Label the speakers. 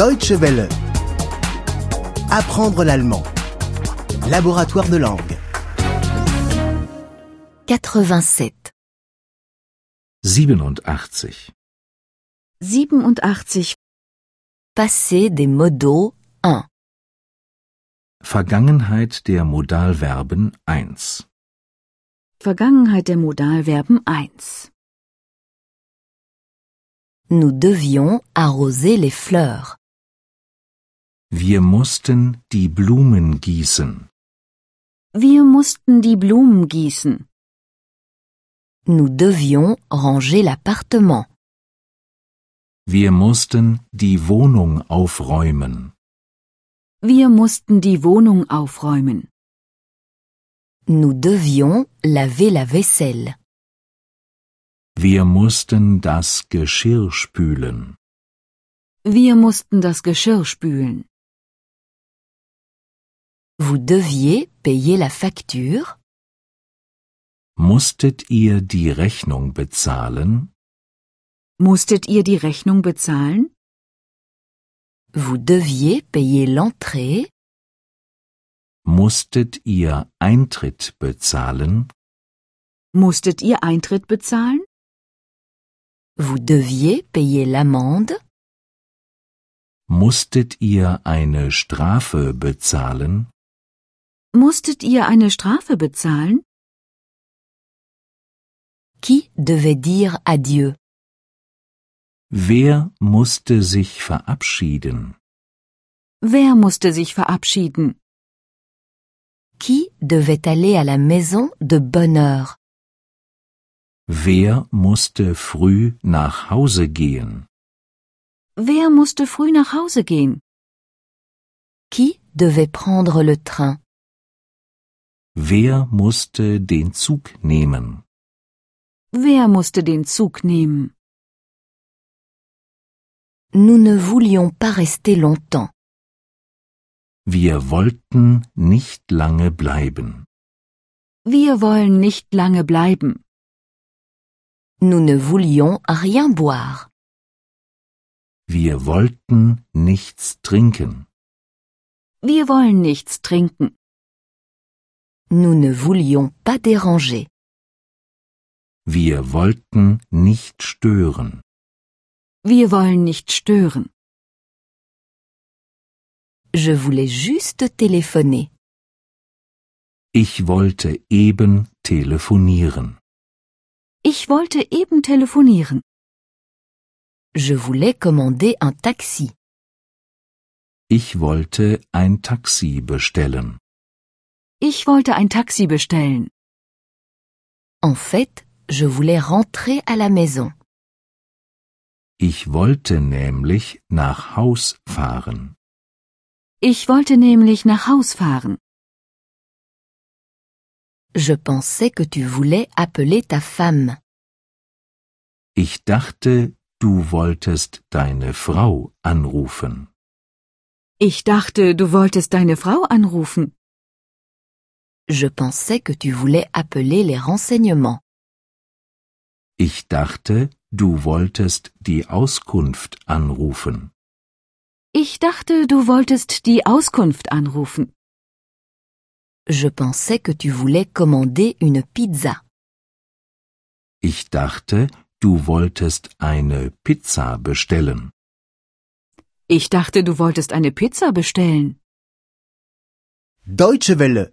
Speaker 1: Deutsche Welle. Apprendre l'allemand. Laboratoire de langue.
Speaker 2: 87.
Speaker 3: 87.
Speaker 4: 87.
Speaker 2: Passer des modaux 1.
Speaker 3: Vergangenheit der Modalverben 1.
Speaker 4: Vergangenheit der Modalverben 1.
Speaker 2: Nous devions arroser les fleurs.
Speaker 3: Wir mussten die Blumen gießen.
Speaker 4: Wir mussten die Blumen gießen.
Speaker 2: Nous devions ranger l'appartement.
Speaker 3: Wir mussten die Wohnung aufräumen.
Speaker 4: Wir mussten die Wohnung aufräumen.
Speaker 2: Nous devions laver la vaisselle.
Speaker 3: Wir mussten das Geschirr spülen.
Speaker 4: Wir mussten das Geschirr spülen.
Speaker 2: Vous deviez payer la facture.
Speaker 3: Musstet ihr die Rechnung bezahlen?
Speaker 4: Musstet ihr die Rechnung bezahlen?
Speaker 2: Vous deviez payer l'entrée.
Speaker 3: Musstet ihr Eintritt bezahlen?
Speaker 4: Musstet ihr Eintritt bezahlen?
Speaker 2: Vous deviez payer l'amende.
Speaker 3: Musstet ihr eine Strafe bezahlen?
Speaker 4: Musstet ihr eine Strafe bezahlen?
Speaker 2: Qui devait dire adieu
Speaker 3: Wer musste sich verabschieden?
Speaker 4: Wer musste sich verabschieden?
Speaker 2: Qui devait aller à la maison de bonne heure
Speaker 3: Wer musste früh nach Hause gehen?
Speaker 4: Wer musste früh nach Hause gehen?
Speaker 2: Qui devait prendre le train
Speaker 3: Wer musste den Zug nehmen?
Speaker 4: Wer musste den Zug nehmen?
Speaker 2: Nous ne voulions pas rester longtemps.
Speaker 3: Wir wollten nicht lange bleiben.
Speaker 4: Wir wollen nicht lange bleiben.
Speaker 2: Nous ne voulions rien boire.
Speaker 3: Wir wollten nichts trinken.
Speaker 4: Wir wollen nichts trinken.
Speaker 2: Nous ne voulions pas déranger.
Speaker 3: Wir wollten nicht stören.
Speaker 4: Wir wollen nicht stören.
Speaker 2: Je voulais juste téléphoner.
Speaker 3: Ich wollte eben telefonieren.
Speaker 4: Ich wollte eben telefonieren.
Speaker 2: Je voulais commander un taxi.
Speaker 3: Ich wollte ein Taxi bestellen.
Speaker 4: Ich wollte ein Taxi bestellen.
Speaker 2: En fait, je voulais rentrer à la maison.
Speaker 3: Ich wollte nämlich nach Haus fahren.
Speaker 4: Ich wollte nämlich nach Haus fahren.
Speaker 2: Je pensais que tu voulais appeler ta femme.
Speaker 3: Ich dachte, du wolltest deine Frau anrufen.
Speaker 4: Ich dachte, du wolltest deine Frau anrufen.
Speaker 2: Je pensais que tu voulais appeler les renseignements.
Speaker 3: Ich dachte, du wolltest die Auskunft anrufen.
Speaker 4: Ich dachte, du wolltest die Auskunft anrufen.
Speaker 2: Je pensais que tu voulais commander une pizza.
Speaker 3: Ich dachte, du wolltest eine Pizza bestellen.
Speaker 4: Ich dachte, du wolltest eine Pizza bestellen.
Speaker 1: Deutsche Welle.